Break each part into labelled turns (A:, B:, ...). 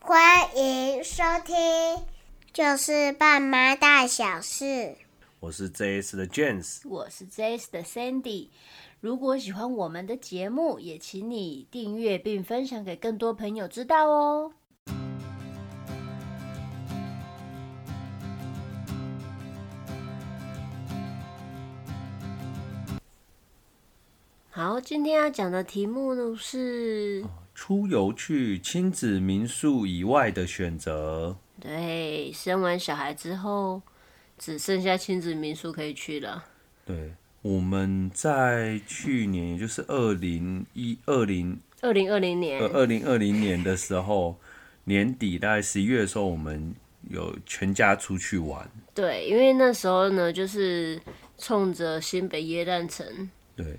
A: 欢迎收听，就是爸妈大小事。
B: 我是 JS 的 James，
C: 我是 Jace 的 Sandy。如果喜欢我们的节目，也请你订阅并分享给更多朋友知道哦。好，今天要讲的题目呢是，
B: 出游去亲子民宿以外的选择。
C: 对，生完小孩之后，只剩下亲子民宿可以去了。
B: 对，我们在去年，也就是二零一二零
C: 二零二零年
B: 呃，二零二零年的时候，年底大概十一月的时候，我们有全家出去玩。
C: 对，因为那时候呢，就是冲着新北耶诞城，
B: 对，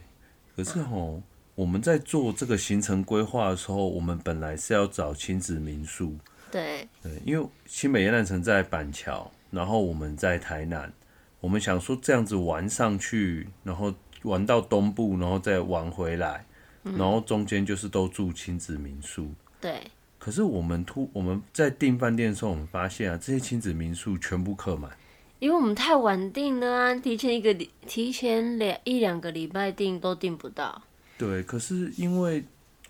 B: 可是吼，我们在做这个行程规划的时候，我们本来是要找亲子民宿，
C: 对
B: 对，因为新北耶诞城在板桥，然后我们在台南，我们想说这样子玩上去，然后玩到东部，然后再玩回来，然后中间就是都住亲子民宿。
C: 对
B: 可是我们突我们在订饭店的时候，我们发现啊，这些亲子民宿全部客满。
C: 因为我们太晚订了啊，提前一个礼，提前两一两个礼拜订都订不到。
B: 对，可是因为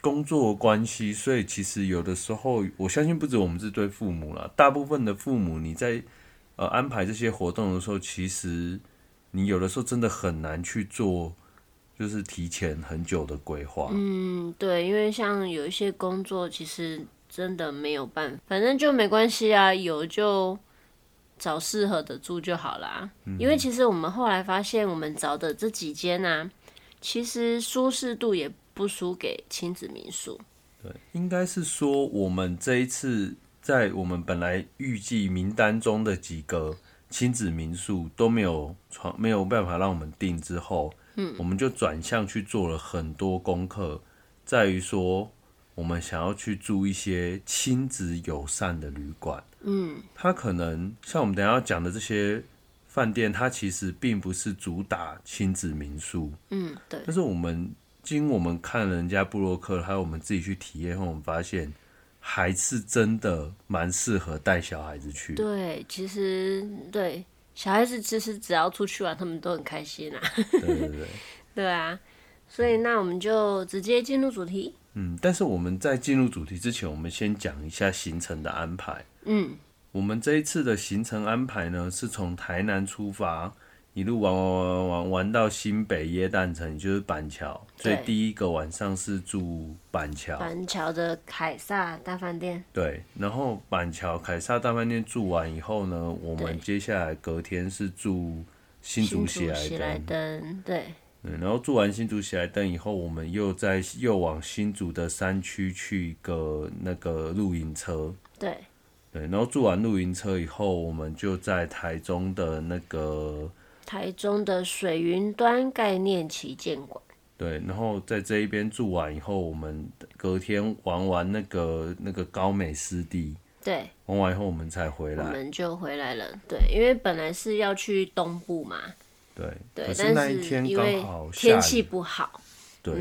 B: 工作的关系，所以其实有的时候，我相信不止我们这对父母啦，大部分的父母你在呃安排这些活动的时候，其实你有的时候真的很难去做，就是提前很久的规划。嗯，
C: 嗯，对，因为像有一些工作，其实真的没有办法，反正就没关系啊，有就找适合的住就好啦。因
B: 嗯
C: 为其实我们后来发现，我们找的这几间啊，其实舒适度也不输给亲子民宿。
B: 应该是说我们这一次在我们本来预计名单中的几个亲子民宿都没有床没有办法让我们订之后，嗯，我们就转向去做了很多功课，在于说我们想要去住一些亲子友善的旅馆，
C: 嗯，
B: 它可能像我们等一下要讲的这些饭店，它其实并不是主打亲子民宿，
C: 嗯，对，
B: 但是我们经我们看人家布洛克，还有我们自己去体验后，我们发现还是真的蛮适合带小孩子去。
C: 对，其实对小孩子，其实只要出去玩，他们都很开心啊。
B: 对对对，
C: 对啊，所以那我们就直接进入主题。
B: 嗯。但是我们在进入主题之前，我们先讲一下行程的安排。
C: 嗯，
B: 我们这一次的行程安排呢，是从台南出发，一路玩玩玩玩玩玩到新北耶诞城，也就是板桥。所以
C: 对
B: 第一个晚上是住板桥。
C: 板桥的凯撒大饭店，
B: 对，然后板桥凯撒大饭店住完以后呢，我们
C: 对
B: 接下来隔天是住新竹喜来
C: 喜来
B: 登，
C: 登，对
B: 嗯，然后住完新竹喜来登以后，我们又在又往新竹的山区去一个那个露营车，
C: 对
B: 对，然后住完露营车以后，我们就在台中的那个
C: 台中的水云端概念旗舰馆，
B: 对，然后在这一边住完以后，我们隔天玩完那个那个高美湿地，
C: 对，
B: 玩完以后我们才回
C: 我
B: 来，
C: 们就回来了。对，因为本来是要去东部嘛，
B: 对，
C: 对
B: 可，
C: 但
B: 那一天
C: 因
B: 刚
C: 为
B: 好下
C: 天气
B: 雨
C: 不好，
B: 对，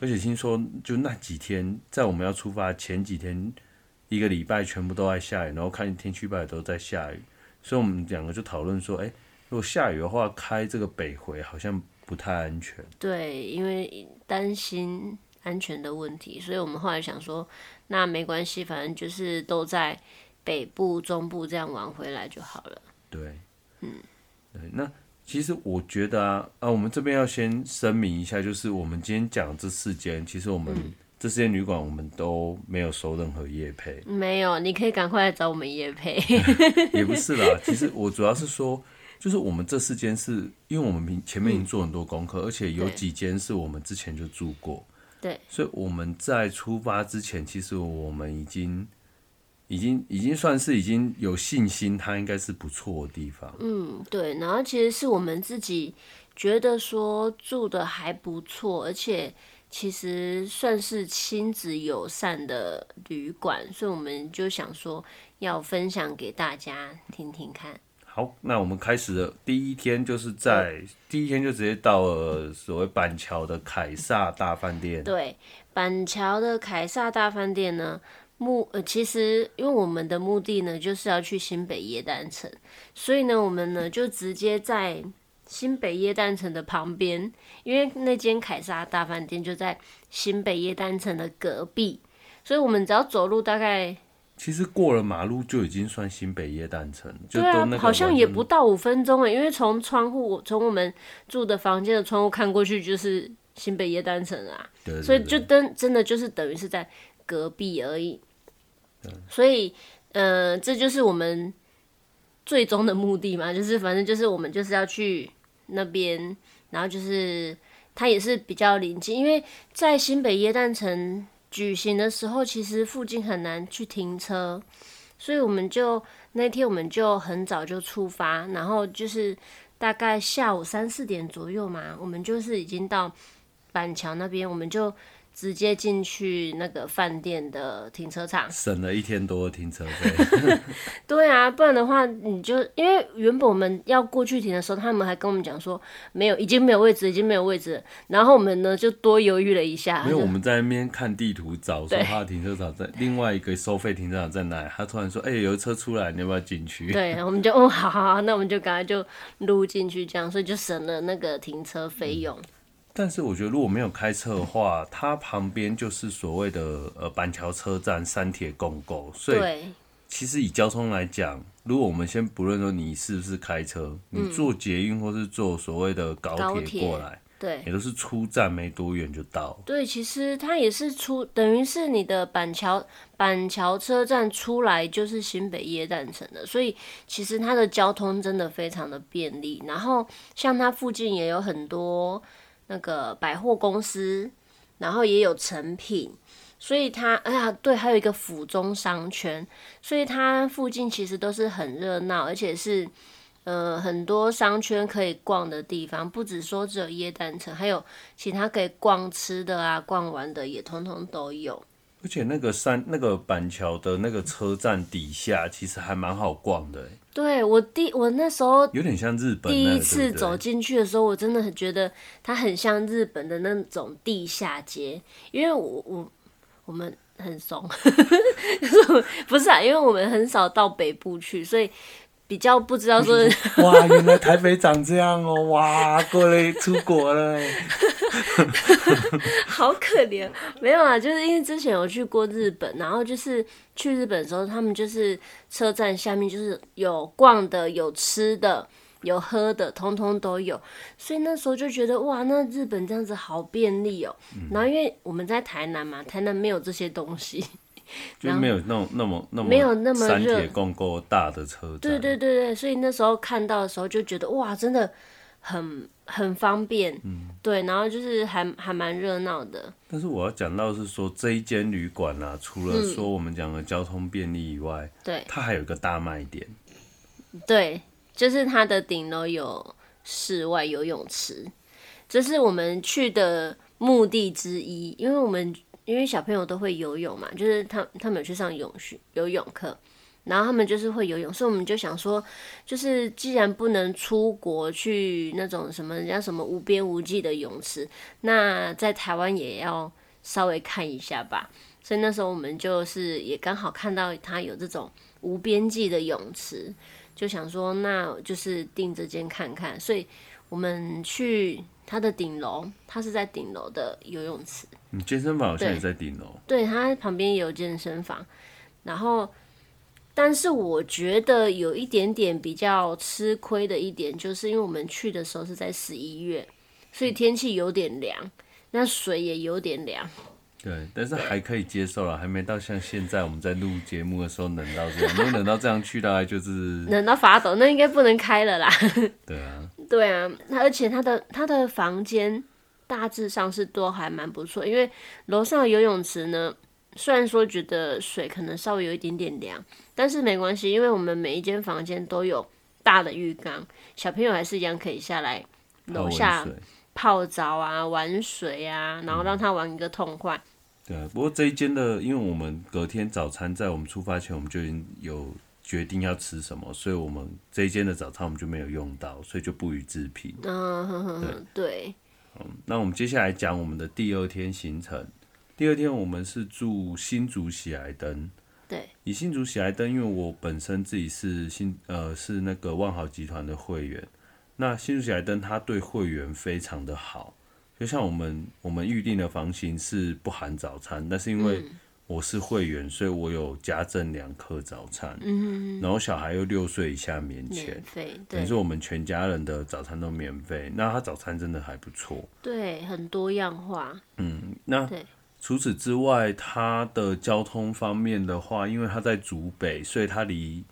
B: 而且听说就那几天，在我们要出发前几天，一个礼拜全部都在下雨，然后看天气预报也都在下雨，所以我们两个就讨论说，哎、如果下雨的话，开这个北回好像不太安全。
C: 对，因为担心安全的问题，所以我们后来想说，那没关系，反正就是都在北部、中部这样玩回来就好了。
B: 对，嗯，对。那其实我觉得啊，啊，我们这边要先声明一下，就是我们今天讲这四间，其实我们、这四间旅馆我们都没有收任何业配，
C: 没有，你可以赶快来找我们叶配。
B: 也不是啦，其实我主要是说，就是我们这四间是因为我们平前面已经做很多功课，而且
C: 嗯
B: 有
C: 对
B: 几间是我们之前就住过，
C: 对，
B: 所以我们在出发之前，其实我们已经。已经已经算是已经有信心，它应该是不错的地方。
C: 嗯，对。然后其实是我们自己觉得说住的还不错，而且其实算是亲子友善的旅馆，所以我们就想说要分享给大家听听看。
B: 好，那我们开始了第一天，就是在第一天就直接到了所谓板桥的凯撒大饭店。
C: 对，板桥的凯撒大饭店呢，目呃，其实因为我们的目的呢，就是要去新北耶诞城，所以呢，我们呢就直接在新北耶诞城的旁边，因为那间凯撒大饭店就在新北耶诞城的隔壁，所以我们只要走路大概
B: 其实过了马路就已经算新北耶诞城，就
C: 对
B: 都
C: 啊
B: 那个，
C: 好像
B: 完
C: 也
B: 全
C: 不到五分钟欸诶，因为从窗户从我们住的房间的窗户看过去就是新北耶诞城啊，
B: 对对
C: 所以就
B: 对
C: 真真的就是等于是在隔壁而已。所以，呃，这就是我们最终的目的嘛，就是反正就是我们就是要去那边，然后就是它也是比较临近，因为在新北耶诞城举行的时候，其实附近很难去停车，所以我们就那天我们就很早就出发，然后就是大概下午三四点左右嘛，我们就是已经到板桥那边，我们就直接进去那个饭店的停车场。
B: 省了一天多的停车 费。
C: 对啊，不然的话，你就因为原本我们要过去停的时候，他们还跟我们讲说没有，已经没有位置，已经没有位置了。然后我们呢就多犹豫了一下，
B: 因为
C: 就
B: 我们在那边看地图找说
C: 对
B: 他的停车场在另外一个收费停车场在哪里，他突然说：“哎、有车出来，你要不要进去？”
C: 对，我们就哦，好好好，那我们就赶快就撸进去，这样，所以就省了那个停车费用。
B: 但是我觉得如果没有开车的话，它旁边就是所谓的呃板桥车站三铁共构，所以
C: 对，
B: 其实以交通来讲，如果我们先不论说你是不是开车，你坐捷运或是坐所谓的高
C: 嗯高
B: 铁
C: 铁
B: 过来，
C: 对
B: 也，都是出站没多远就到。
C: 对，其实它也是出，等于是你的板桥板桥车站出来就是新北耶诞城的，所以其实它的交通真的非常的便利。然后像它附近也有很多那个百货公司，然后也有成品，所以它哎呀，对，还有一个府中商圈，所以它附近其实都是很热闹，而且是。呃，很多商圈可以逛的地方，不只说只有耶诞城，还有其他可以逛吃的啊、逛玩的也通通都有。
B: 而且那个山那个板桥的那个车站底下，其实还蛮好逛的欸，
C: 对我第我那时候
B: 有点像日本
C: 第一
B: 那个对
C: 次
B: 不对
C: 走进去的时候，我真的很觉得它很像日本的那种地下街，因为我我我们很怂， 就是我不是啊，因为我们很少到北部去，所以比较不知道说
B: 哇，原来台北长这样哦！哇，过来出国 了欸，
C: 好可怜，没有啊，就是因为之前有去过日本，然后就是去日本的时候，他们就是车站下面就是有逛的、有吃的、有喝的，通通都有，所以那时候就觉得哇，那日本这样子好便利哦、然后因为我们在台南嘛，台南没有这些东西，
B: 就没有那种那么那么
C: 没有那么热
B: 三铁共构大的车站，
C: 对对对对，所以那时候看到的时候就觉得哇，真的很很方便，对，然后就是还还蛮热闹的，
B: 但是我要讲到是说这一间旅馆啊，除
C: 嗯
B: 了说我们讲的交通便利以外，
C: 对。
B: 它还有一个大卖点，
C: 对，就是它的顶楼有室外游泳池，这是我们去的目的之一，因为我们因为小朋友都会游泳嘛，就是他他们有去上泳训游泳课。然后他们就是会游泳，所以我们就想说，就是既然不能出国去那种什么人家什么无边无际的泳池，那在台湾也要稍微看一下吧。所以那时候我们就是也刚好看到它有这种无边际的泳池，就想说，那就是订这间看看。所以我们去它的顶楼，它是在顶楼的游泳池，
B: 你健身房好像
C: 对
B: 也在顶楼，
C: 对，它旁边也有健身房。然后，但是我觉得有一点点比较吃亏的一点，就是因为我们去的时候是在十一月，所以天气有点凉，那水也有点凉。
B: 对，但是还可以接受了，还没到像现在我们在录节目的时候冷到这样，因为冷到这样去大概就是，
C: 冷到发抖，那应该不能开了啦。
B: 对啊，
C: 对啊，那而且他的他的房间大致上是都还蛮不错，因为楼上的游泳池呢，虽然说觉得水可能稍微有一点点凉，但是没关系，因为我们每一间房间都有大的浴缸，小朋友还是一样可以下来
B: 泡
C: 楼
B: 温
C: 下
B: 水。
C: 泡澡啊、玩水啊，然后让他玩一个痛快。
B: 对啊，不过这一间的，因为我们隔天早餐在我们出发前，我们就已经有决定要吃什么，所以我们这一间的早餐我们就没有用到，所以就不予置评。
C: 嗯，呵呵呵对
B: 那我们接下来讲我们的第二天行程。第二天我们是住新竹喜来登，
C: 对，
B: 以新竹喜来登，因为我本身自己是新呃是那个万豪集团的会员，那新竹喜来登它对会员非常的好，就像我们我们预定的房型是不含早餐，但是因为我是会员，所以我有加赠两颗早餐，嗯，然后小孩又六岁以下免
C: 免
B: 钱，
C: 费，
B: 等于
C: 对
B: 说我们全家人的早餐都免费，那它早餐真的还不错，
C: 对，很多样化，
B: 那
C: 对
B: 除此之外，它的交通方面的话，因为它在竹北，所以它离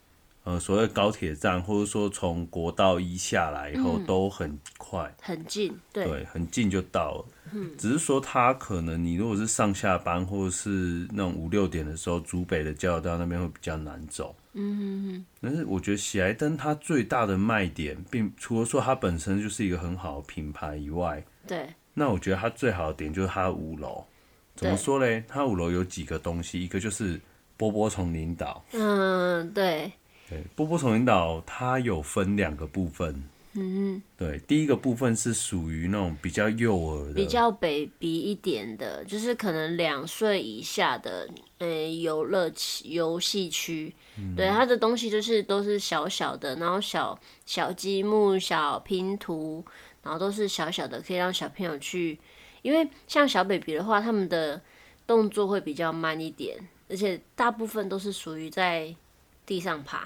B: 呃所谓高铁站，或者说从国道一下来以后、都很快，
C: 很近，对
B: 嗯对，嗯很近就到了。只是说它可能你如果是上下班或者是那种五六点的时候，竹北的交流道那边会比较难走。嗯但是我觉得喜来登它最大的卖点，并除了说它本身就是一个很好的品牌以外，
C: 对
B: 那我觉得它最好的点就是它的五楼，怎么
C: 对
B: 说嘞？它五楼有几个东西，一个就是波波丛林岛，
C: 嗯，对，
B: 对，波波丛林岛它有分两个部分，
C: 嗯，
B: 对，第一个部分是属于那种比较幼儿的，
C: 比较北鼻一点的，就是可能两岁以下的，呃，游乐区游戏区，对，它的东西就是都是小小的，然后小小积木、小拼图，然后都是小小的，可以让小朋友去，因为像小 baby 的话，他们的动作会比较慢一点，而且大部分都是属于在地上爬。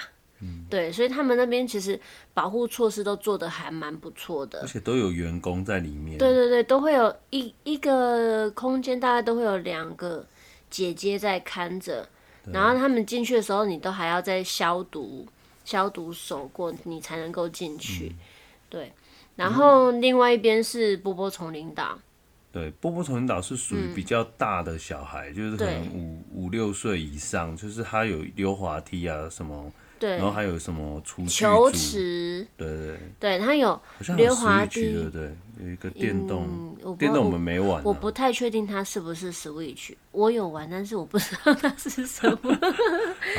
C: 对，所以他们那边其实保护措施都做得还蛮不错的
B: 而，且都有员工在里面，
C: 对对对，都会有一一个空间，大概都会有两个姐姐在看着，然后他们进去的时候，你都还要再消毒消毒手过，你才能够进去。
B: 嗯
C: 对，然后另外一边是波波丛林岛，
B: 对，波波丛林岛是属于比较大的小孩，就是可能
C: 嗯对
B: 五五六岁以上，就是他有溜滑梯啊什么，
C: 对
B: 然，后还有什么厨具
C: 球
B: 组，
C: 池，
B: 对对对，
C: 对，它有
B: 好像有
C: 溜
B: 食
C: 滑
B: 欲区
C: 梯
B: 对不对？有一个电动。
C: 嗯我不
B: 电动我们没玩、啊，
C: 我不太确定它是不是 Switch，我有玩，但是我不知道它是什么。
B: 啊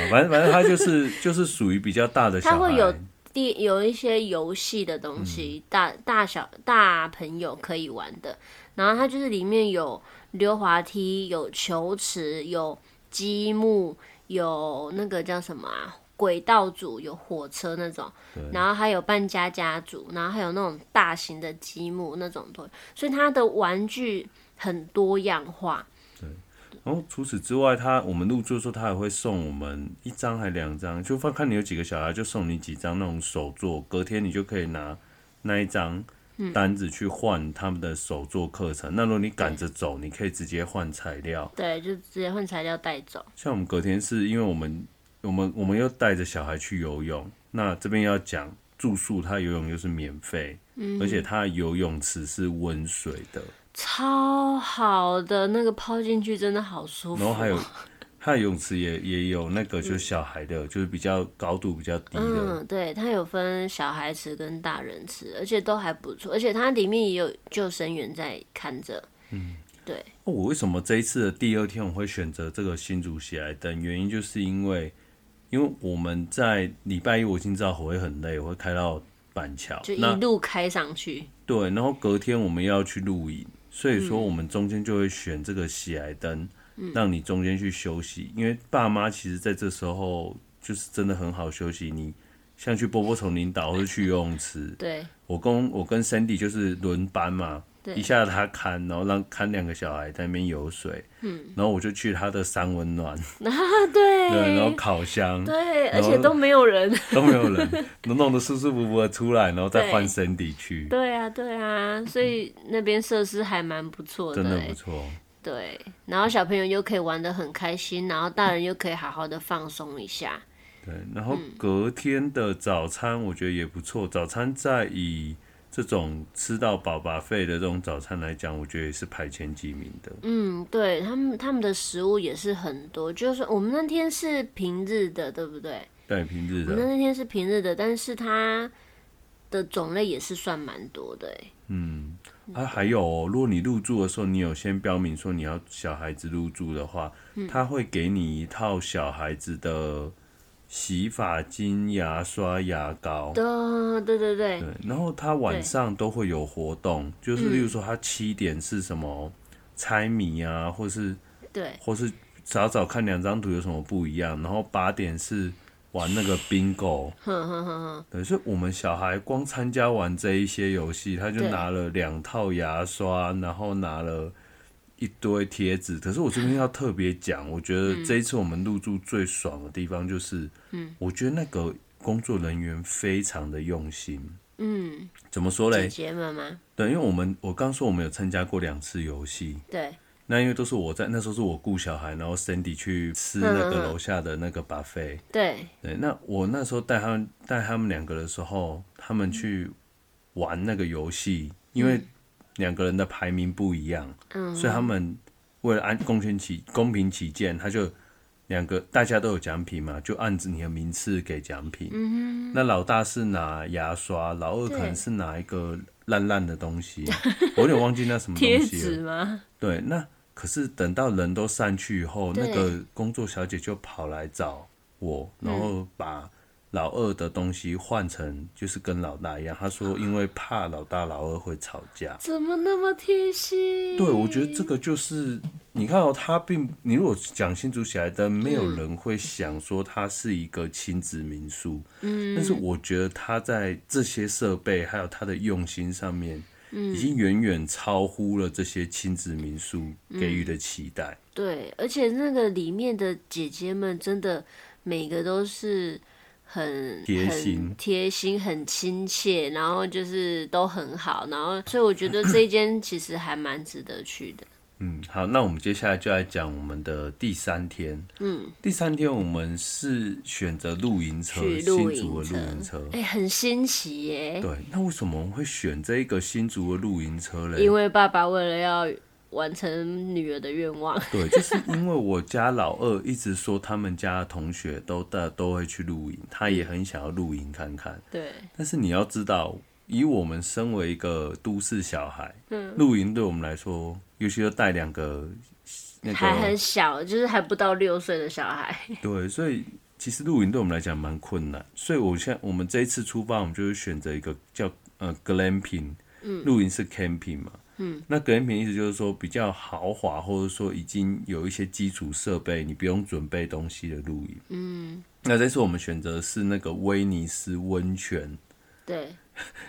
B: 反正反正它就是就是属于比较大的小孩，
C: 它会有第有一些游戏的东
B: 嗯
C: 西，大大小大朋友可以玩的。然后它就是里面有溜滑梯、有球池、有积木、有那个叫什么啊？轨道组有火车那种，然后还有扮家家组，然后还有那种大型的积木那种东西，所以它的玩具很多样化。
B: 然后哦除此之外，他我们入住的时候，他还会送我们一张还两张，就放看你有几个小孩，就送你几张那种手作，隔天你就可以拿那一张
C: 嗯
B: 单子去换他们的手作课程。那如果你赶着走，你可以直接换材料。
C: 对，就直接换材料带走。
B: 像我们隔天是因为我们我们我们又带着小孩去游泳，那这边要讲住宿，它游泳又是免费，
C: 嗯
B: 而且它游泳池是温水的。
C: 超好的，那个泡进去真的好舒服。啊
B: 然后还有它的泳池也也有那个就是小孩的，就是比较高度比较低的，
C: 嗯，对，它有分小孩池跟大人池，而且都还不错，而且它里面也有救生员在看着。嗯，对，
B: 哦我为什么这一次的第二天我会选择这个新竹喜来登？原因就是因为，因为我们在礼拜一我已经知道我会很累，我会开到板桥
C: 就，一
B: 哦那
C: 路开上去。
B: 对，然后隔天我们要去露营，所以说我们中间就会选这个喜来登，
C: 嗯
B: 让你中间去休息，因为爸妈其实在这时候就是真的很好休息，你。像去波波丛林岛或者去游泳池，
C: 对，
B: 我跟我跟 Sandy 就是轮班嘛，
C: 对
B: 一下他看，然后让看两个小孩在那边游水，嗯，然后我就去他的三温暖，
C: 啊，对，
B: 对，然后烤箱
C: 对，而
B: 然后
C: 且都没有人。
B: 都没有人，都弄得舒舒服服的出来，然后再换
C: 对
B: Sandy 去，
C: 对啊，对啊，所以那边设施还蛮不错
B: 真
C: 的
B: 的
C: 欸
B: 不错。
C: 对，然后小朋友又可以玩得很开心，然后大人又可以好好的放松一下。
B: 对，然后隔天的早餐我觉得也不错，早餐在以这种吃到饱吧费的这种早餐来讲，我觉得也是排前几名的。
C: 嗯，对他们他们的食物也是很多，就是我们那天是平日的，对不对？
B: 对，平日
C: 我们
B: 的，
C: 那天是平日的，但是它的种类也是算蛮多的欸
B: 嗯，啊，还有哦，如果你入住的时候，你有先标明说你要小孩子入住的话，
C: 嗯
B: 他会给你一套小孩子的洗发精、牙刷、牙膏。
C: 的，对对对
B: 对，然后他晚
C: 对
B: 上都
C: 嗯
B: 会有活动，就是例如说他七点是什么猜谜啊，或是
C: 对，
B: 或是找找看两张图有什么不一样。然后八点是玩那个 bingo，
C: 哼哼哼哼，
B: 对，所以我们小孩光参加完这一些游戏，他就
C: 对
B: 拿了两套牙刷，然后拿了一堆贴纸。可是我这边要特别讲，我觉得
C: 嗯
B: 这一次我们入住最爽的地方就是，嗯，我觉得那个工作人员非常的用心。
C: 嗯，
B: 怎么说
C: 姐
B: 嘞？
C: 姐们吗？
B: 对，因为我们我刚说我们有参加过两次游戏，
C: 对，
B: 那因为都是我在那时候是我雇小孩，然后 Sandy 去吃那个
C: 嗯嗯
B: 楼下的那个 buffet。
C: 对，
B: 对，那我那时候带他们带他们两个的时候，他们去玩那个游戏，因为两个人的排名不一样，
C: 嗯
B: 所以他们为了安公平起公平起见，他就两个大家都有奖品嘛，就按着你的名次给奖品。嗯、那老大是拿牙刷，老二可
C: 对
B: 能是拿一个烂烂的东西，啊我有点忘记那什么
C: 贴
B: 东西了
C: 纸。吗？
B: 对，那可是等到人都散去以后，
C: 对
B: 那个工作小姐就跑来找我，然后把老二的东西换成就是跟老大一样。她说因为怕老大老二会吵架。
C: 怎么那么贴心？
B: 对，我觉得这个就是你看哦，他并你如果讲新竹喜来登，没有人会想说它是一个亲子民宿，嗯，但是我觉得他在这些设备还有他的用心上面，
C: 嗯
B: 已经远远超乎了这些亲子民宿给予的期待。
C: 对，而且那个里面的姐姐们真的每个都是很
B: 贴心
C: 很贴心、很亲切，然后就是都很好，然后所以我觉得这一间其实还蛮值得去的。
B: 嗯，好，那我们接下来就来讲我们的第三天。嗯，第三天我们是选择露营车，
C: 去
B: 新
C: 露
B: 竹
C: 营
B: 的
C: 车
B: 露营车。
C: 哎、很新奇 耶！
B: 对，那为什么我们会选这一个新竹的露营车嘞？
C: 因为爸爸为了要完成女儿的愿 望，
B: 对，就是因为我家老二一直说他们家的同学都大都会去露营，他也很想要露营看看。
C: 对
B: 但是你要知道，以我们身为一个都市小孩，嗯，露营对我们来说，尤其要带两个那
C: 还很
B: 个，
C: 小，就是还不到六岁的小孩。
B: 对，所以其实露营对我们来讲蛮困难。所以我现在我们这一次出发，我们就是选择一个叫呃 glamping，嗯，露营是 camping 嘛。嗯，那 glamping 意思就是说比较豪华，或者说已经有一些基础设备，你不用准备东西的露营。嗯，那这次我们选择的是那个威尼斯温泉。
C: 对，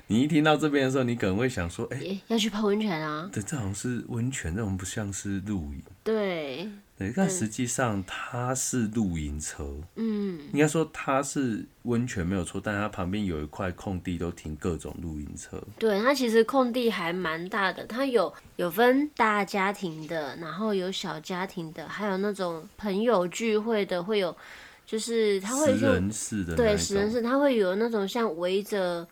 B: 你一听到这边的时候，你可能会想说，哎、
C: 也要去泡温泉啊。
B: 这这好像是温泉，这种不像是露营。
C: 对，
B: 对，但实际上它是露营车，
C: 嗯，
B: 应该说它是温泉没有错，但它旁边有一块空地都停各种露营车。
C: 对，它其实空地还蛮大的，它有有分大家庭的，然后有小家庭的，还有那种朋友聚会的，会有就是它会
B: 十
C: 用
B: 人式的那
C: 对
B: 一
C: 实人
B: 种，
C: 是它会有那种像围着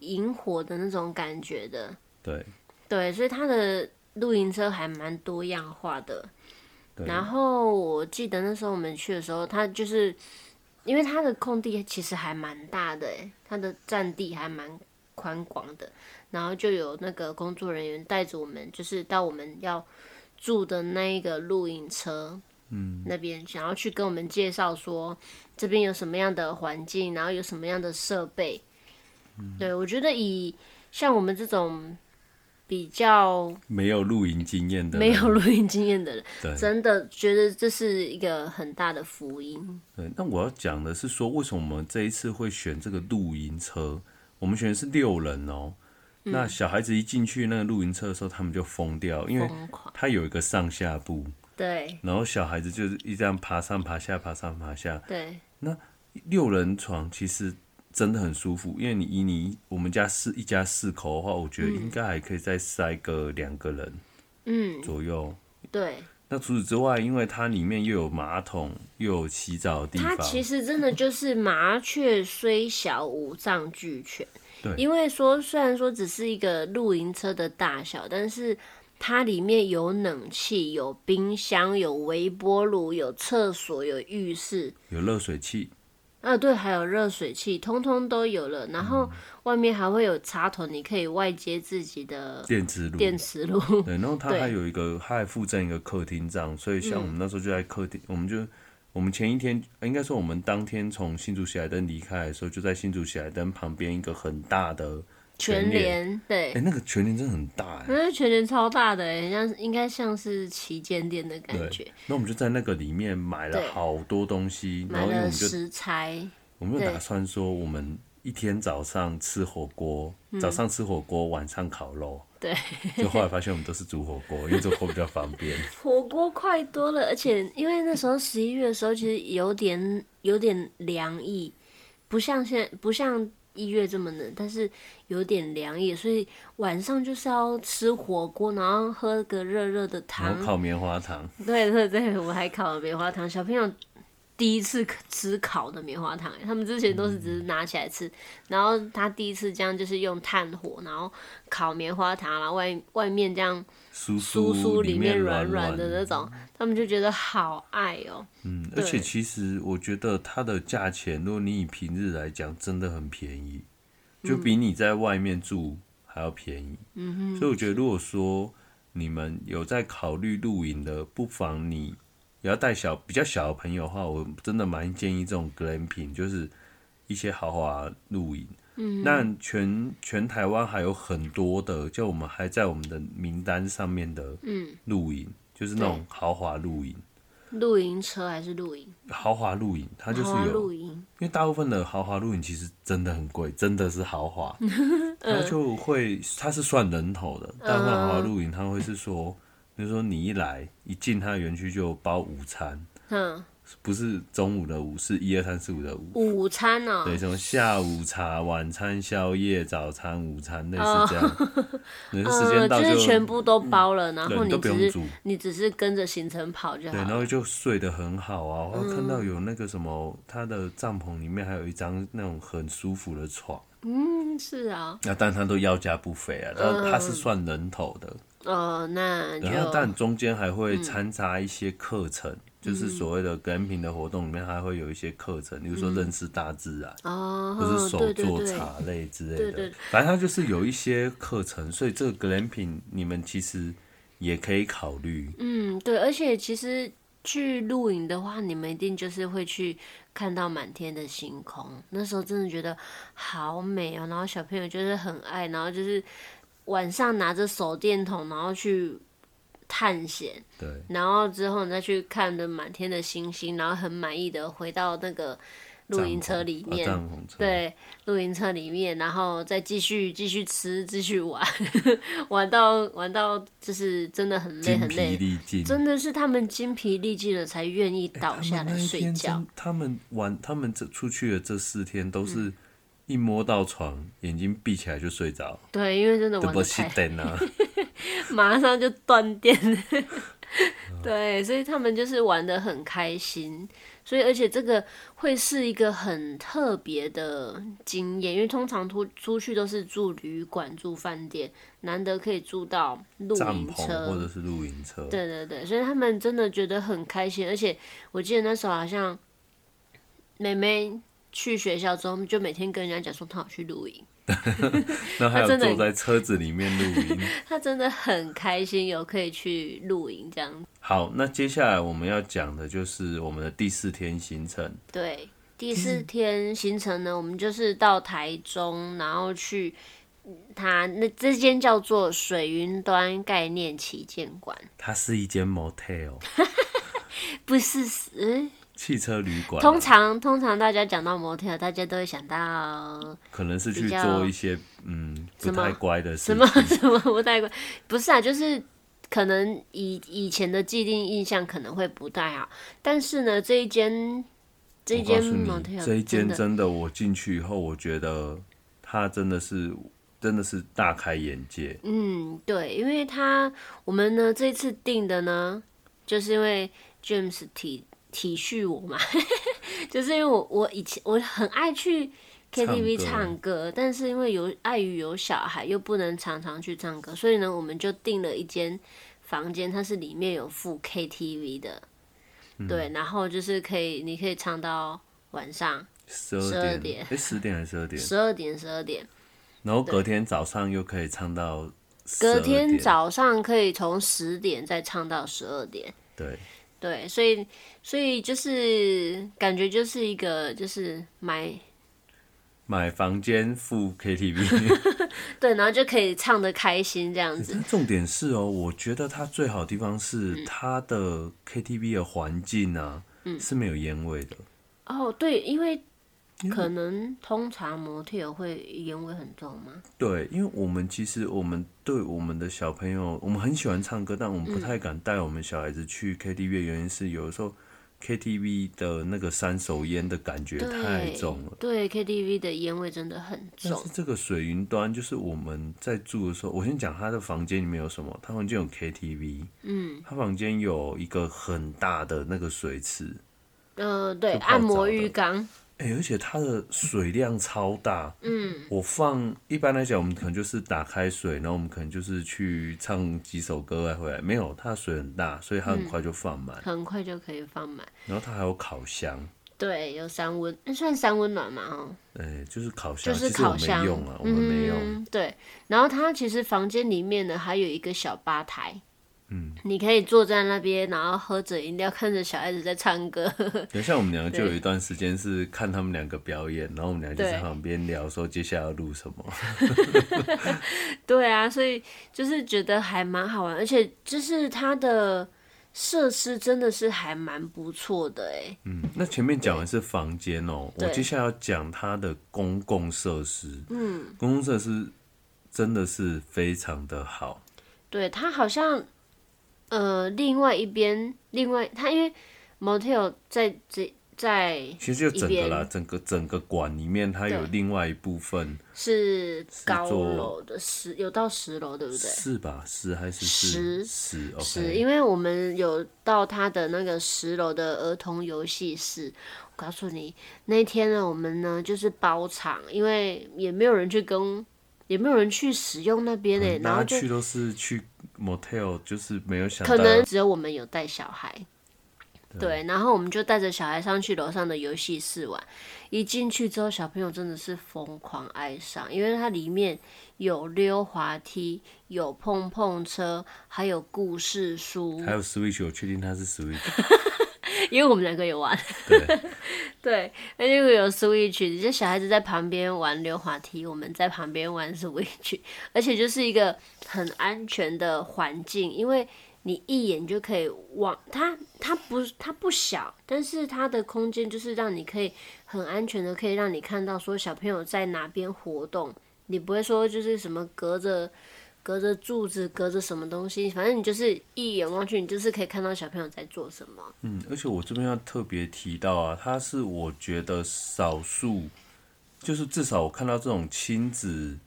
C: 萤火的那种感觉的，
B: 对
C: 对，所以它的露营车还蛮多样化的。
B: 对
C: 然后我记得那时候我们去的时候，它就是因为它的空地其实还蛮大的，诶，它的占地还蛮宽广的。然后就有那个工作人员带着我们，就是到我们要住的那一个露营车，嗯，那边想要去跟我们介绍说这边有什么样的环境，然后有什么样的设备。
B: 嗯
C: 对，我觉得以像我们这种比较
B: 没有露营经验的人，
C: 没有录音经验的人，
B: 对
C: 真的觉得这是一个很大的福音。
B: 对，那我要讲的是说，为什么我们这一次会选这个露营车？我们选的是六人哦。
C: 嗯
B: 那小孩子一进去那个露营车的时候，他们就疯掉，因为
C: 疯狂
B: 它有一个上下步，
C: 对
B: 然后小孩子就是一这样爬上爬下，爬上爬下。
C: 对
B: 六人床其实真的很舒服，因为你以你我们家四一家四口的话，我觉得应该还可以再塞个两个人，
C: 嗯，
B: 左右。
C: 对，
B: 那除此之外，因为它里面又有马桶，又有洗澡的地
C: 它
B: 方，
C: 其实真的就是麻雀虽小，五脏俱全。
B: 对
C: 因为说虽然说只是一个露营车的大小，但是它里面有冷气、有冰箱、有微波炉、有厕所、有浴室，
B: 有热水器，
C: 啊，对，还有热水器，通通都有了。然后
B: 嗯
C: 外面还会有插头，你可以外接自己的
B: 电磁炉，
C: 电磁炉。
B: 对，然后它
C: 对嗯
B: 还有一个，它还附赠一个客厅这样，所以像我们那时候就在客厅，我们就我们前一天呃应该说我们当天从新竹喜来登离开的时候，就在新竹喜来登旁边一个很大的
C: 全
B: 全联
C: 联对
B: 哎、，那个全年真的很大哎、
C: 那全联超大的欸，很像应该像是旗舰店的感
B: 对
C: 觉，，
B: 那我们就在那个里面买
C: 对
B: 了好多东西，然
C: 买
B: 后因为我
C: 了
B: 们就
C: 食材，
B: 我们有
C: 对
B: 打算说，我们一天早上吃火锅，
C: 嗯
B: 早上吃火锅，晚上 烤肉。
C: 对，
B: 就后来发现我们都是煮火锅，因为煮火锅比较方 便。
C: 火锅快多了，而且因为那时候十一月的时候，其实有点有点凉意，不像现不像一月这么冷，但是有点凉意，所以晚上就是要吃火锅，然后喝个热热的
B: 然
C: 汤
B: 后。烤棉花糖，
C: 对对对，我还烤了棉花糖，小朋友第一次吃烤的棉花糖，欸他们之前都是只
B: 嗯
C: 是拿起来吃，然后他第一次这样就是用炭火，然后烤棉花糖，然后外外面这样
B: 酥
C: 酥酥
B: 里
C: 里面
B: 软
C: 软软的那。种，他们就觉得好爱哦、
B: 嗯，而且
C: 对
B: 其实我觉得它的价钱，如果你以平日来讲，真的很便宜，就比你在外面住还要便宜。嗯嗯哼。所以我觉得，如果说你们有在考虑露营的，不妨你也要带小比较小的朋友的话，我真的蛮建议这种 glamping，就是一些豪华露营。嗯，那全全台湾还有很多的，就我们还在我们的名单上面的，嗯，露营就是那种豪华露营。
C: 露营车还是露营，
B: 豪华露营，它就是
C: 豪华
B: 有，
C: 露
B: 因
C: 营，
B: 为大部分的豪华露营其实真的很贵，真的是豪 华，它
C: 嗯
B: 就会它是算人头的，大部分豪华露营它会是说，比如说你一来一进它的园区就包午餐，
C: 嗯，
B: 不是中午的午，是一二三四五的午。
C: 午餐哦、
B: 对，什么下午茶、晚餐、宵夜、早餐、午餐，类似这样。 对，时间到
C: 嗯，哦就是全
B: 就嗯
C: 部都包了，然
B: 对
C: 后
B: 你都不
C: 只
B: 用
C: 是
B: 煮
C: 你只是跟着行程跑就好嗯
B: 对，然
C: 了。
B: 后就睡得很好啊。我还看到有那个什么，它的帐篷里面还有一张那种很舒服的床。
C: 嗯，是啊，
B: 那但它都要价不菲啊，
C: 嗯
B: 它它是算人头的，
C: 哦，那就
B: 然后但中间还会掺杂一些课程，
C: 嗯
B: 就是所谓的跟品的活动里面还会有一些课
C: 嗯
B: 程，比如说认识大自然，
C: 哦，
B: 或是手
C: 对对
B: 做
C: 对
B: 茶类之
C: 对
B: 类
C: 对
B: 的，反正它就是有一些课程，所以这个 glamping 你们其实也可以考虑，
C: 嗯，对，而且其实去露营的话，你们一定就是会去看到满天的星空，那时候真的觉得好美哦。然后小朋友就是很爱，然后就是晚上拿着手电筒，然后去探险，
B: 对，
C: 然后之后你再去看着满天的星星，然后很满意的回到那个露营
B: 帐
C: 车
B: 篷
C: 里
B: 啊
C: 面，
B: 帐篷车，
C: 对，露营车里面，然后再继续继续吃，继续玩， 玩到玩到就是真的很累
B: 精
C: 很
B: 疲
C: 累，
B: 力尽，啊
C: 真的是他们精疲力尽了才愿意
B: 他
C: 倒
B: 们
C: 下
B: 那
C: 来
B: 一
C: 睡
B: 天
C: 觉
B: 真。，他们玩，他们这出去的这四天都是一摸到床，眼睛闭起来就睡着，
C: 对，因为真的
B: 都
C: 玩嗯
B: 不
C: 的
B: 熄
C: 太，
B: 灯 啊。
C: 马上就断电 了。对，所以他们就是玩的很开心，所以而且这个会是一个很特别的经验，因为通常出出去都是住旅馆、住饭店，难得可以住到露
B: 帐
C: 营
B: 篷
C: 车
B: 或者是露营车，
C: 对对对，所以他们真的觉得很开心，而且我记得那时候好像妹妹去学校之后，就每天跟人家讲说她有去露营，
B: 那还
C: 他
B: 有
C: 啊真的
B: 坐在车子里面露 营。
C: 她真的很开心，有可以去露营这样。
B: 好，那接下来我们要讲的就是我们的第四天行程，
C: 对，第四天行程呢，我们就是到台中，然后去它那这间叫做水云端概念旗舰馆，
B: 它是一间 motel
C: 不是死。嗯
B: 汽车旅馆啊，
C: 通常通常大家讲到 motel，大家都会想到
B: 可能是去
C: 比较
B: 做一些嗯不
C: 什么
B: 太乖的事
C: 什么
B: 情，
C: 什么不太乖？不是啊，就是可能以以前的既定印象可能会不太好，但是呢，这一间这一
B: 我告
C: 间
B: 诉
C: motel
B: 你，这一间
C: 真的
B: 真的，我进去以后，我觉得它真的是真的是大开眼界。
C: 嗯，对，因为他我们呢这次订的呢，就是因为 James 体体恤我嘛， 就是因为我我以前我很爱去 KTV
B: 唱歌
C: 唱歌，但是因为有碍于有小孩，又不能常常去唱歌，所以呢，我们就订了一间房间，它是里面有附 KTV 的，
B: 嗯
C: 对，然后就是可以你可以唱到晚上
B: 十
C: 12
B: 二
C: 点
B: 点，哎，十点还是十二点？
C: 十二点十二点。
B: 然后隔天早上又可以唱到
C: 隔
B: 12
C: 天
B: 点，
C: 早上可以从十点再唱到十二点，
B: 对，
C: 对，所以所以就是感觉就是一个就是买
B: 买房间付 KTV，
C: 对，然后就可以唱的开心这样子。
B: 但重点是哦，我觉得它最好的地方是它的 KTV 的环境啊，
C: 嗯
B: 是没有烟味的。
C: 哦，对，因为
B: 因为
C: 可能通常模特儿会烟味很重吗？
B: 对，因为我们其实我们对我们的小朋友，我们很喜欢唱歌，但我们
C: 嗯
B: 不太敢带我们小孩子去 KTV，的原因是有的时候 KTV 的那个三手烟的感觉太
C: 对
B: 重了。，
C: 对 KTV 的烟味真的很
B: 但
C: 重
B: 是。这个水云端就是我们在住的时候，我先讲他的房间里面有什么，他房间有 KTV，
C: 嗯，
B: 他房间有一个很大的那个水池，
C: 呃，对，
B: 就泡
C: 按
B: 澡
C: 摩
B: 的
C: 浴缸，
B: 哎、而且它的水量超大。
C: 嗯，
B: 我放一般来讲，我们可能就是打开水，然后我们可能就是去唱几首歌再啊回来。没有，它的水很大，所以
C: 嗯
B: 它很快就放满。
C: 很快就可以放满。
B: 然后它还有烤箱，
C: 对，有三温，那算三温暖嘛？哦，
B: 哎、就是烤箱，
C: 就是
B: 其实我
C: 烤
B: 没
C: 箱。
B: 用啊，我们没用。
C: 嗯。对，然后它其实房间里面呢还有一个小吧台。
B: 嗯，
C: 你可以坐在那边，然后喝着饮料，看着小孩子在唱歌。
B: 等一下我们两个就
C: 对
B: 有一段时间是看他们两个表演，然后我们俩就在
C: 对
B: 旁边聊说接下来要录什么。
C: 对啊，所以就是觉得还蛮好玩，而且就是它的设施真的是还蛮不错的哎。
B: 嗯，那前面讲的是房间哦、我
C: 对
B: 接下来要讲它的公共设施。嗯，公共设施真的是非常的好。
C: 对，它好像呃，另外一边，另外它因为 motel 在这在
B: 其实就整个
C: 一
B: 啦，
C: 边
B: 整个整个馆里面，它有
C: 对
B: 另外一部分
C: 是高
B: 座
C: 楼的十有到十楼，对不对？
B: 是吧？十还是
C: 十
B: 四十
C: 是
B: OK，
C: 因为我们有到他的那个十楼的儿童游戏室。我告诉你，那天呢，我们呢就是包场，因为也没有人去跟，也没有人去使用那边诶、然
B: 嗯大
C: 后
B: 家
C: 就
B: 去都是去 motel，就是没有想到
C: 可能只有我们有带小孩。对，然后我们就带着小孩上去楼上的游戏室玩。一进去之后，小朋友真的是疯狂爱上，因为它里面有溜滑梯、有碰碰车，还有故事书
B: 还。有 Switch，我确定它是 Switch，
C: 因为我们两个有玩，
B: 对，
C: 对，那就有 Switch，这小孩子在旁边玩溜滑梯，我们在旁边玩 Switch，而 且就是一个很安全的环境，因为你一眼就可以往它，它不它不小，但是它的空间就是让你可以很安全的，可以让你看到说小朋友在哪边活动，你不会说就是什么隔着。隔着柱子，隔着什么东西，反正你就是一眼望去，你就是可以看到小朋友在做什么。
B: 嗯，而且我这边要特别提到啊，它是我觉得少数，就是至少我看到这种亲子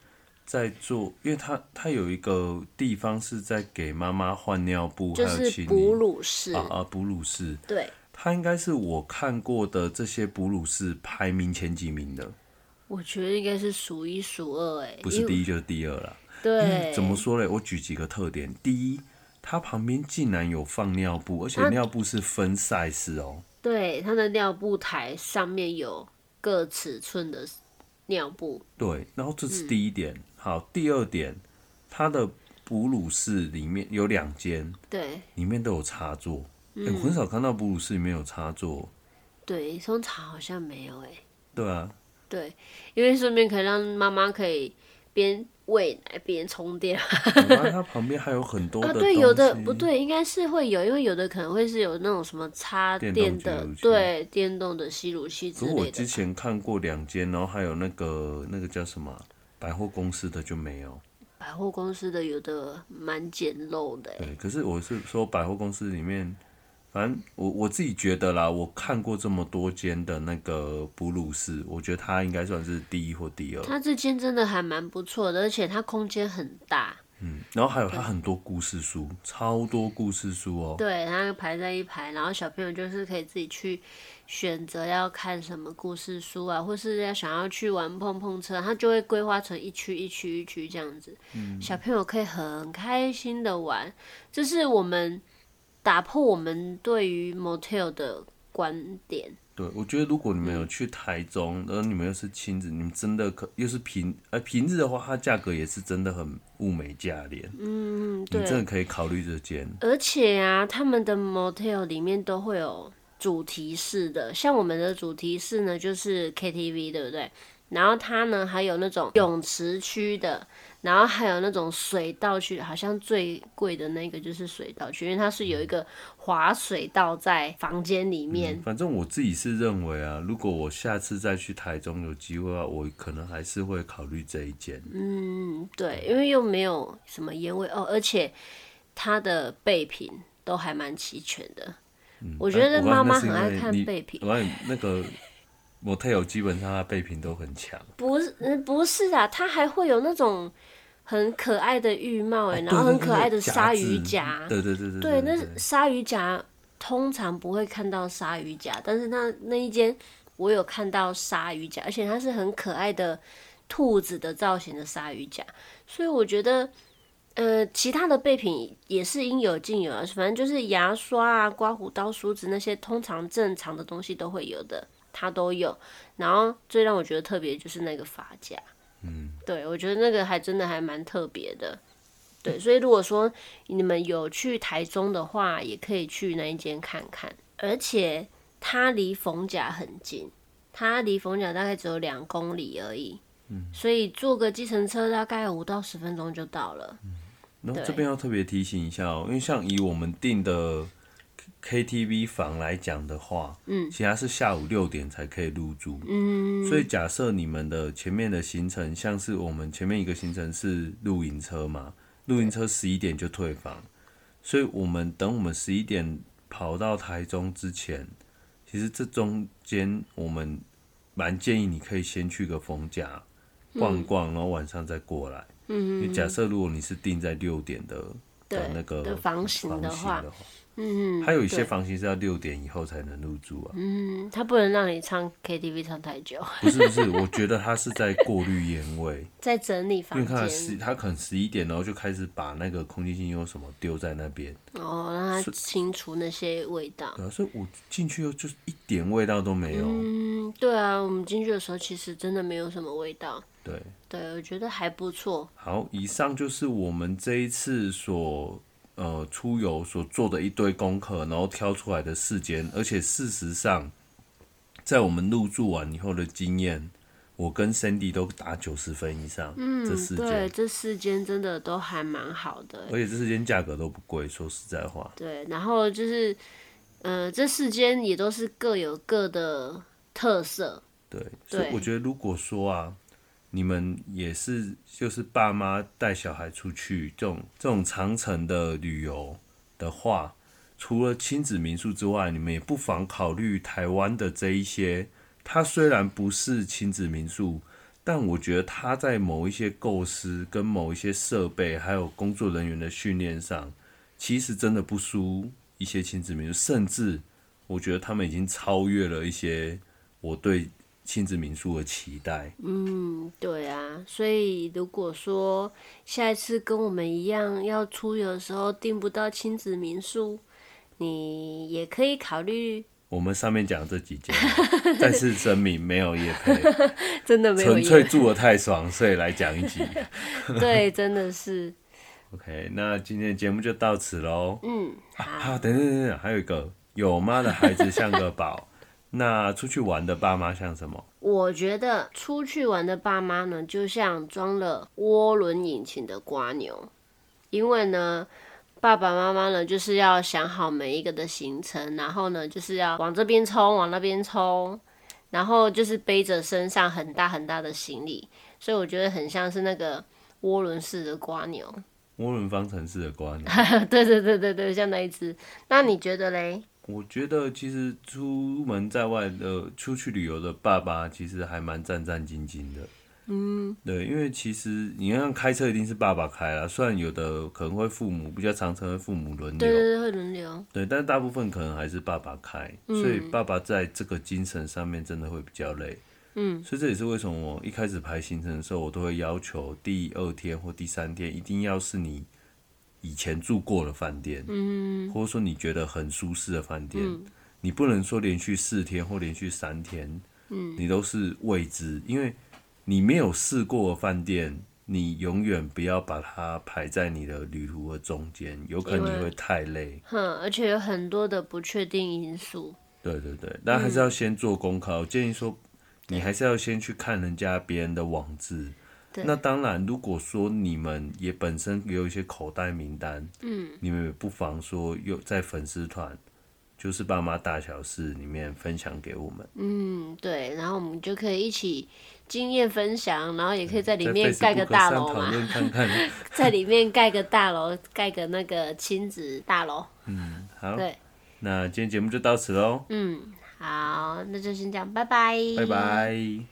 B: 在做，因为它它有一个地方是在给妈妈换尿布，还
C: 就
B: 有
C: 是
B: 清
C: 哺
B: 理
C: 乳室，
B: 啊啊哺乳室，
C: 对，
B: 它应该是我看过的这些哺乳室排名前几名的，
C: 我觉得应该是数一数二哎，
B: 不是
C: 一，
B: 第一就是第二啦。
C: 对，
B: 怎么说嘞？我举几个特点。第一，它旁边竟然有放尿布，而
C: 啊
B: 且尿布是分 size 哦。
C: 对，它的尿布台上面有各尺寸的尿布，
B: 对，然后这是第一点。好，第二点，它的哺乳室里面有两间，
C: 对
B: 里面都有插座。
C: 嗯
B: 哎、我很少看到哺乳室里面有插座。
C: 对，通常好像没有哎，
B: 对啊，
C: 对，因为顺便可以让妈妈可以边喂奶边充电
B: 然后它旁边还有很多的、
C: 啊，
B: 东
C: 对，有的
B: 西
C: 不对，应该是会有，因为有的可能会是有那种什么插
B: 电
C: 电
B: 动吸
C: 的
B: 乳，器
C: 对，电动的吸乳器之
B: 可我
C: 类
B: 之
C: 的，
B: 前看过两间，然后还有那个那个叫什么啊百货公司的就没有。
C: 百货公司的有的蛮简陋的哎，
B: 对，可是我是说百货公司里面，反正我我自己觉得啦，我看过这么多间的那个哺乳室，我觉得它应该算是第一或第二。
C: 它这间真的还蛮不错的，而且它空间很大。
B: 嗯然后还有它很多故事书，超多故事书哦。
C: 对，它排在一排，然后小朋友就是可以自己去选择要看什么故事书啊，或是要想要去玩碰碰车，它就会规划成一区一区一区这样子，小朋友可以很开心的玩。这是我们打破我们对于 motel 的观点，
B: 对，我觉得如果你
C: 嗯
B: 们有去台中，然后你们又是亲子，你们真的可又是平呃平日的话，它价格也是真的很物美价廉，
C: 嗯，
B: 你真
C: 对。
B: 的可以考虑这间。
C: 而且啊，他们的 motel 里面都会有主题式的，像我们的主题式呢就是 KTV，对不对？然后它呢还有那种泳池区的，然后还有那种水道区的，好像最贵的那个就是水道区，因为它是有一个滑水道在房间里面。
B: 嗯反正我自己是认为啊，如果我下次再去台中有机会啊，我可能还是会考虑这一间。
C: 嗯，对，因为又没有什么烟味哦，而且它的备品都还蛮齐全的。我觉得
B: 但嗯啊我
C: 妈
B: 刚
C: 妈很爱
B: 那是因为
C: 看
B: 你
C: 备品，
B: 我刚那个 motel 基本上它备品都很强，
C: 不是呃不是啊，它还会有那种很可爱的浴帽哎、
B: 哦
C: 然后
B: 对
C: 很
B: 对
C: 可
B: 对
C: 爱的
B: 夹
C: 鲨
B: 子
C: 鱼夹，
B: 对对对对
C: 对，
B: 对
C: 那
B: 对
C: 是鲨鱼夹通常不会看到鲨鱼夹，但是那那一间我有看到鲨鱼夹，而且它是很可爱的兔子的造型的鲨鱼夹，所以我觉得。呃，其他的备品也是应有尽有啊，反正就是牙刷啊、刮胡刀、梳子那些通常正常的东西都会有的，它都有。然后最让我觉得特别就是那个发夹，嗯，对我觉得那个还真的还蛮特别的。对，所以如果说你们有去台中的话，也可以去那一间看看。而且它离逢甲很近，它离逢甲大概只有两公里而已。嗯，所以坐个计程车大概五到十分钟就到了。
B: 嗯然后
C: 对
B: 这边要特别提醒一下哦，因为像以我们订的 K- KTV 房来讲的话，嗯，其实它是下午六点才可以入住，嗯，所以假设你们的前面的行程，像是我们前面一个行程是露营车嘛，露营车十一点就退房，所以我们等我们十一点跑到台中之前，其实这中间我们蛮建议你可以先去个逢甲逛逛，然后晚上再过来。
C: 嗯
B: 因为假设如果你是定在六点的的
C: 对
B: 那个
C: 的房型的话
B: 的话，
C: 嗯，
B: 还有一些
C: 对
B: 房型是要六点以后才能入住啊。
C: 嗯，它不能让你唱 KTV 唱太久，
B: 不是不是，我觉得他是在过滤烟味，
C: 在整理
B: 因
C: 房
B: 为他十
C: 间
B: 他可能十一点，然后就开始把那个空气净化什么丢在那边，
C: 哦，让它清除那些味道。
B: 对啊，所以我进去后就是一点味道都没有，
C: 嗯，对啊，我们进去的时候其实真的没有什么味道。
B: 对。
C: 对，我觉得还不错。
B: 好，以上就是我们这一次所呃出游所做的一堆功课，然后挑出来的事件，而且事实上，在我们入住完以后的经验，我跟 Sandy 都打九十分以上，嗯，这四
C: 对，
B: 间，
C: 这四间真的都还蛮好的。欸
B: 而且这四间价格都不贵，说实在话，
C: 对，然后就是，呃，这四间也都是各有各的特色。
B: 对，所以
C: 对
B: 我觉得如果说啊，你们也是就是爸妈带小孩出去这种这种长程的旅游的话，除了亲子民宿之外，你们也不妨考虑台湾的这一些。它虽然不是亲子民宿，但我觉得它在某一些构思、跟某一些设备，还有工作人员的训练上，其实真的不输一些亲子民宿，甚至我觉得他们已经超越了一些我对亲子民宿的期待。
C: 嗯，对啊，所以如果说下一次跟我们一样要出游的时候订不到亲子民宿，你也可以考虑，
B: 我们上面讲的这几间， 再次声明没有夜配，
C: 真的 没有
B: 纯粹
C: 夜，
B: 住的太爽，所以来讲一 集。
C: 对，真的是，
B: OK，那今天的节目就到此喽。
C: 嗯，
B: 啊，等等等等，还有一个，有妈的孩子像 个宝，那出去玩的爸妈像什么？
C: 我觉得出去玩的爸妈呢，就像装了涡轮引擎的瓜牛，因为呢，爸爸妈妈呢就是要想好每一个的行程，然后呢就是要往这边冲，往那边冲，然后就是背着身上很大很大的行李，所以我觉得很像是那个涡轮式的瓜牛。
B: 涡轮方程式的观念。
C: 对对对对对，像那一只。那你觉得嘞？
B: 我觉得其实出门在外的、出去旅游的爸爸，其实还蛮战战兢兢的。嗯，对，因为其实你看开车一定是爸爸开啦，虽然有的可能会父母比较常成为父母轮
C: 对对
B: 流，
C: 对，会轮流。
B: 对，但是大部分可能还是爸爸开，所以爸爸在这个精神上面真的会比较累。嗯，所以这也是为什么我一开始排行程的时候，我都会要求第二天或第三天一定要是你以前住过的饭店，嗯，或者说你觉得很舒适的饭店，你不能说连续四天或连续三天，嗯，你都是未知，因为你没有试过的饭店，你永远不要把它排在你的旅途的中间，有可能
C: 因
B: 你
C: 为
B: 会太累。
C: 哼，而且有很多的不确定因素。嗯
B: 对对对，但还是要先做功课。我建议说，你还是要先去看人家别人的网志。
C: 对
B: 那当然，如果说你们也本身也有一些口袋名单，嗯，你们也不妨说有在粉丝团，就是爸妈大小事里面分享给我们，
C: 嗯，对，然后我们就可以一起经验分享，然后也可以在里
B: 在
C: 面盖个
B: Facebook
C: 大
B: 上
C: 楼
B: 讨
C: 嘛，
B: 论看看。
C: 在里面盖个大楼，盖个那个亲子大楼。
B: 好，
C: 对，嗯
B: 那今天节目就到此喽，
C: 嗯，好，那就先这样，拜拜，
B: 拜拜。